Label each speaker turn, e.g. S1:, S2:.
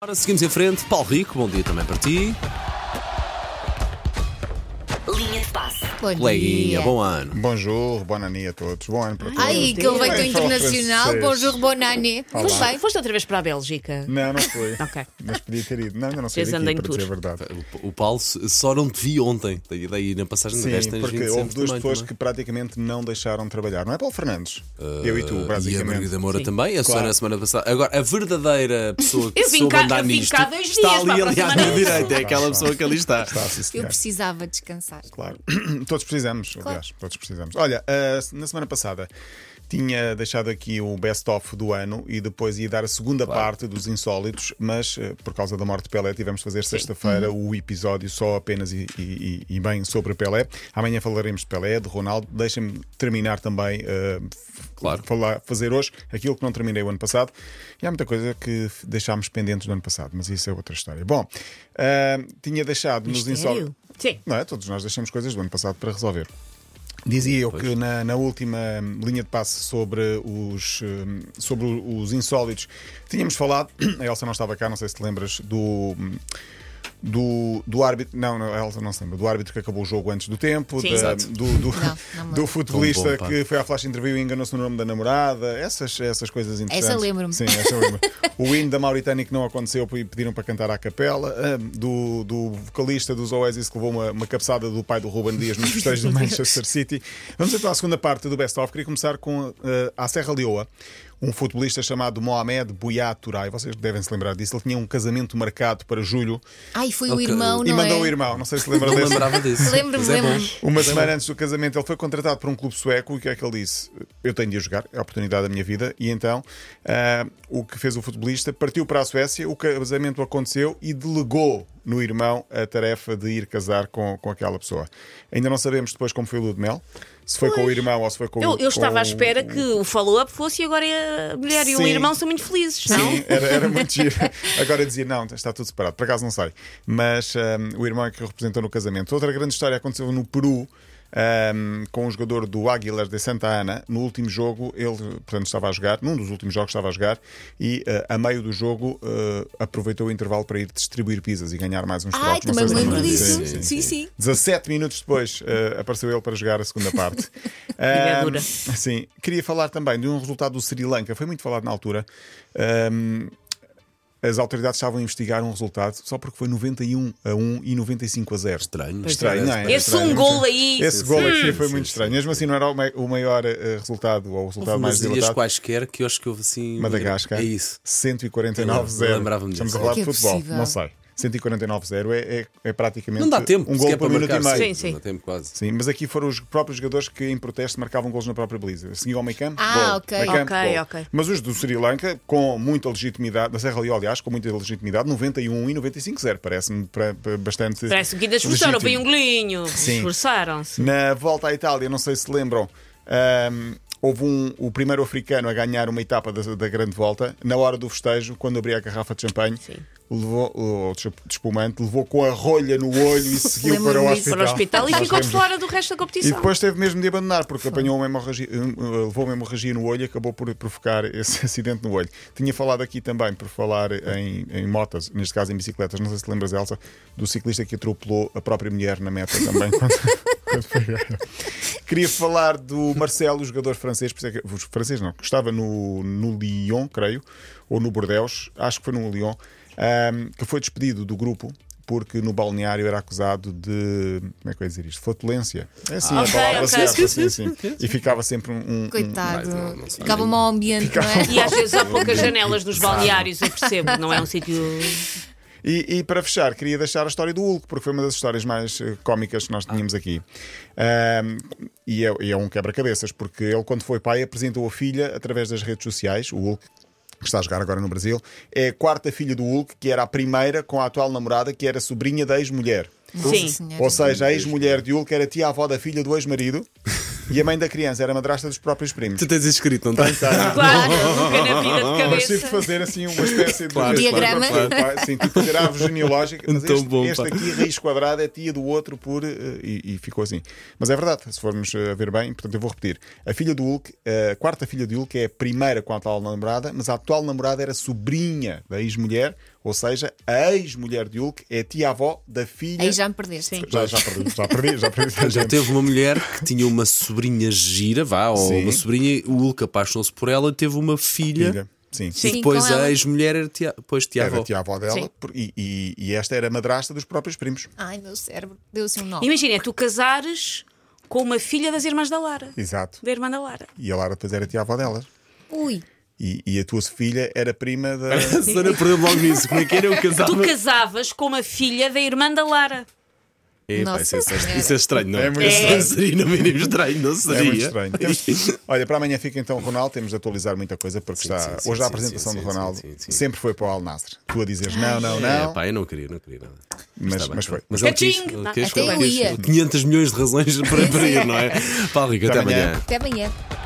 S1: Ora, seguimos em frente. Paulo Rico, bom dia também para ti.
S2: Linha de passe.
S3: Bom
S1: Coleguinha,
S3: dia.
S1: é bom ano.
S4: Bonjour, boa nani a todos, bom ano para todos.
S3: Ai, que ele veio tão
S4: Bem, fala
S3: internacional.
S4: francês.
S3: Bonjour, Bonani. Muito
S4: Olá.
S3: bem.
S2: Foste outra vez para a Bélgica?
S4: Não, não fui.
S2: Ok.
S4: Mas podia ter ido. Não, ainda não sei
S2: Fez
S4: daqui,
S2: andem
S4: para dizer a
S2: tour.
S4: é verdade.
S1: O, o Paulo se- só não te vi ontem. Daí, daí na passagem da
S4: Sim,
S1: desta
S4: porque houve duas pessoas
S1: é?
S4: que praticamente não deixaram de trabalhar. Não é Paulo Fernandes? eu e
S1: Ah, E a
S4: tu,
S1: Margarida
S4: basicamente.
S1: Moura também, a só
S4: Claro.
S1: na semana passada. Agora, a verdadeira pessoa que
S2: Eu vim
S1: soube
S2: cá-
S1: andar
S2: eu vim
S1: nisto
S2: cá dois
S1: está ali,
S2: dias, vá, para a
S1: aliás,
S2: semana
S1: na direita. É aquela
S4: Está,
S1: pessoa que ali está.
S4: Está, sim,
S3: Eu
S4: senhor.
S3: precisava descansar.
S4: Claro. Todos precisamos, aliás, todos precisamos. Olha, ah, na semana passada tinha deixado aqui o best-of do ano e depois ia dar a segunda parte dos Insólitos, mas ah, por causa da morte de Pelé tivemos de fazer sexta-feira o episódio só apenas e, e- e- e bem sobre Pelé. Amanhã falaremos de Pelé, de Ronaldo. Deixa-me terminar também, ah, f-
S1: Claro.
S4: falar, fazer hoje aquilo que não terminei o ano passado. E há muita coisa que f- deixámos pendentes do ano passado, mas isso é outra história. Bom, ah, tinha deixado nos Insólitos.
S2: Sim.
S4: Não é? Todos nós deixamos coisas do ano passado para resolver. Dizia eu que na, na última hum, linha de passe sobre os, hum, sobre os insólitos tínhamos falado, a Elsa não estava cá, não sei se te lembras, do, hum, do, do árbitro. Não, não, a Elsa não se lembra, do árbitro que acabou o jogo antes do tempo,
S2: Sim.
S4: da-
S2: Exato.
S4: do, do,
S3: não me
S4: do
S3: lembro.
S1: Tão
S4: futebolista
S1: bom, pá.
S4: que foi à flash interview e enganou-se no nome da namorada, essas, essas coisas interessantes.
S3: lembro-me.
S4: Sim, essa lembro O hino da Mauritânia que não aconteceu e pediram para cantar à capela, hum, do, do vocalista dos Oasis que levou uma, uma cabeçada do pai do Ruben Dias nos festejos do Manchester City. Vamos então à segunda parte do Best Of. Queria começar com eh, a Serra Leoa. Um futebolista chamado Mohamed Bouya Turay, vocês devem se lembrar disso, ele tinha um casamento marcado para julho
S3: Ai, foi o
S1: Ok.
S3: irmão,
S4: e
S3: não
S4: mandou
S3: é?
S4: o irmão, não sei se lembra
S1: Não
S4: desse.
S1: lembrava disso.
S3: Lembro-me,
S1: Mas é bom.
S3: lembro-me.
S4: Uma semana antes do casamento, ele foi contratado por um clube sueco. E o que é que ele disse? Eu tenho de ir jogar, é a oportunidade da minha vida. E então, ah, o que fez o futebolista? Partiu para a Suécia, o casamento aconteceu e delegou no irmão a tarefa de ir casar com, com aquela pessoa. Ainda não sabemos depois como foi o Lua de Mel, se foi com o
S2: Pois.
S4: irmão ou se foi com
S2: Eu,
S4: o.
S2: eu estava à
S4: com o-
S2: espera que o follow-up fosse e agora a mulher e o
S4: Sim.
S2: irmão são muito felizes, não?
S4: Sim, É era, era muito giro. Agora dizia, não, está tudo separado. Por acaso não sei. Mas hum, o irmão é que o representou no casamento. Outra grande história aconteceu no Peru. hum, com um jogador do Águilas de Santa Ana, no último jogo, ele portanto estava a jogar, num dos últimos jogos estava a jogar, e eh, a meio do jogo eh, aproveitou o intervalo para ir distribuir pizzas e ganhar mais uns
S3: Ai,
S4: trocos. Não sei
S3: também me
S4: se
S3: lembro
S4: lembram
S3: disso.
S1: sim,
S3: Sim,
S1: sim.
S3: sim.
S4: 17 minutos depois eh, apareceu ele para jogar a segunda parte.
S2: é
S4: Ahm,
S2: dura.
S4: sim, queria falar também de um resultado do Sri Lanka, foi muito falado na altura. Ahm, as autoridades estavam a investigar um resultado só porque foi 91 a 1 e 95 a 0.
S1: Estranho.
S4: Estranho, não é?
S2: Esse
S4: Estranho,
S2: um
S4: não sei.
S2: gol aí.
S4: Esse
S1: Sim,
S4: gol
S1: sim,
S4: aqui
S1: sim,
S4: foi
S1: sim,
S4: muito
S1: sim,
S4: estranho. Mesmo assim, não era o mai- o maior eh, resultado ou o resultado
S1: Houve
S4: mais
S1: umas ilhas
S4: dilatado.
S1: quaisquer que eu acho que houve assim.
S4: Madagascar.
S1: É isso.
S4: 149-0.
S1: Eu lembrava-me disso.
S4: Estamos a falar
S3: Que
S4: de
S3: é
S4: futebol,
S3: possível.
S4: não sei. 149-0 é, é, é praticamente
S1: Não dá tempo
S4: um
S1: sequer
S4: gol por minuto
S1: para
S4: e meio.
S1: marcar.
S2: Sim, sim.
S1: Não dá tempo quase.
S4: Sim, mas aqui foram os próprios jogadores que em protesto marcavam gols na própria baliza. Seguiu ao meio campo?
S3: Ah,
S4: gol.
S3: ok.
S4: Meio campo,
S2: Ok,
S4: gol.
S2: ok.
S4: Mas os do Sri Lanka, com muita legitimidade, da Serra Leoa, aliás, com muita legitimidade, 91 e 95-0, parece-me pra- pra- bastante.
S2: Parece que ainda esforçaram, foi um
S4: é legítimo.
S2: golinho.
S4: Sim.
S2: Esforçaram-se.
S4: Na volta à Itália, não sei se lembram. ahm, Houve um, o primeiro africano a ganhar uma etapa da, da grande volta. Na hora do festejo, quando abria a garrafa de champanhe,
S2: Sim.
S4: levou, ou de chup- de espumante, levou com a rolha no olho e seguiu
S3: Lembro-me
S4: para o
S3: disso.
S4: hospital.
S2: Para o hospital e
S4: Nós
S2: ficou de
S4: temos-
S2: fora do resto da
S4: e
S2: competição.
S4: depois teve mesmo de abandonar, porque apanhou uma hemorragia, hum, uh, levou uma hemorragia no olho e acabou por provocar esse acidente no olho. Tinha falado aqui também, por falar em, em motas, neste caso em bicicletas, não sei se lembras, Elsa, do ciclista que atropelou a própria mulher na meta também. quando- quando foi ganhar. Queria falar do Marcelo, o jogador francês, por isso é que- os francês não, que estava no, no Lyon, creio, ou no Bordeaux, acho que foi no Lyon, ahm, que foi despedido do grupo. Porque no balneário era acusado de. Como é que eu ia dizer isto? Flatulência. É assim
S2: Ah, Ok,
S4: a palavra
S2: ok.
S4: certa. Sim, sim. E ficava sempre um. um-
S3: Coitado.
S1: Ai, não, não sei.
S3: Ficava um mau ambiente, não é?
S2: E às vezes há poucas janelas nos balneários, eu percebo, não é um sítio.
S4: E, e para fechar, queria deixar a história do Hulk, porque foi uma das histórias mais eh, cómicas que nós tínhamos aqui. Ahm, e, é, e é um quebra-cabeças, porque ele, quando foi pai, apresentou a filha através das redes sociais, o Hulk. Que está a jogar agora no Brasil, é a quarta filha do Hulk, que era a primeira com a atual namorada, que era sobrinha da ex-mulher.
S2: Sim.
S3: Senhora.
S4: Ou seja, a ex-mulher de Hulk era tia-avó da filha do ex-marido e a mãe da criança era madrasta dos próprios primos.
S1: Tu tens isso escrito, não tens?
S2: Claro, nunca na vida de
S4: Mas tive de
S2: cabeça.
S4: fazer assim uma espécie de
S1: Claro,
S4: de-
S3: Diagrama.
S4: Claro, claro. Sim, tive de fazer árvore genealógica. Mas
S1: Tão
S4: este,
S1: bom,
S4: este
S1: pá.
S4: aqui, raiz quadrada, é tia do outro por. eh, E, e ficou assim. Mas é verdade, se formos eh, a ver bem, portanto eu vou repetir. A filha do Hulk, eh, a quarta filha do Hulk, é a primeira com a atual namorada, mas a atual namorada era sobrinha da ex-mulher. Ou seja, a ex-mulher de Hulk é a tia-avó da filha.
S3: Aí já me perdeste.
S2: Sim.
S4: Já, já perdi, já perdi, já perdi.
S1: Já teve uma mulher que tinha uma sobrinha gira, vá, ou
S4: Sim.
S1: uma sobrinha, o Hulk apaixonou-se por ela, teve uma filha,
S4: Filha, Sim.
S1: e
S3: Sim,
S1: depois
S3: com ela.
S1: a ex-mulher era tia, depois
S4: Era
S1: tia-avó.
S4: a tia-avó dela
S2: Sim.
S4: por- e, e- e esta era a madrasta dos próprios primos.
S3: Ai, meu cérebro deu-se um nó.
S2: Imagina, é tu casares com uma filha das irmãs da Lara.
S4: Exato.
S2: Da irmã da Lara.
S4: E a Lara depois era a tia-avó delas.
S3: Ui,
S4: E, e a tua filha era prima da.
S1: A Sara perdeu logo nisso. Como é que era? Eu casava.
S4: Ah,
S2: Tu casavas com uma filha da irmã da Lara.
S1: Epá, isso,
S3: Nossa
S1: é, isso é-
S3: Senhora.
S1: isso é estranho, não é?
S4: É muito
S1: Isso
S4: estranho.
S1: Seria no mínimo estranho, não seria?
S4: É muito estranho. Temos- Olha, para amanhã fica então o Ronaldo. Temos de atualizar muita coisa porque está.
S1: sim, sim,
S4: hoje a
S1: sim,
S4: apresentação
S1: sim,
S4: do
S1: sim,
S4: Ronaldo
S1: sim, sim.
S4: sempre foi para o Al Nassr. Tu a dizes não, não,
S1: É,
S4: não.
S1: pá, eu não queria, não queria nada.
S4: Mas,
S1: Tá bem,
S4: mas
S1: tá bem.
S4: foi.
S1: Mas ele quis,
S2: Caching!
S1: ele
S2: Não,
S1: quis,
S3: até
S1: ele
S3: eu
S1: quis.
S3: ia.
S1: 500 milhões de razões para, para ir, não é? Pá, Rico, até
S4: Até amanhã.
S1: amanhã.
S3: até amanhã.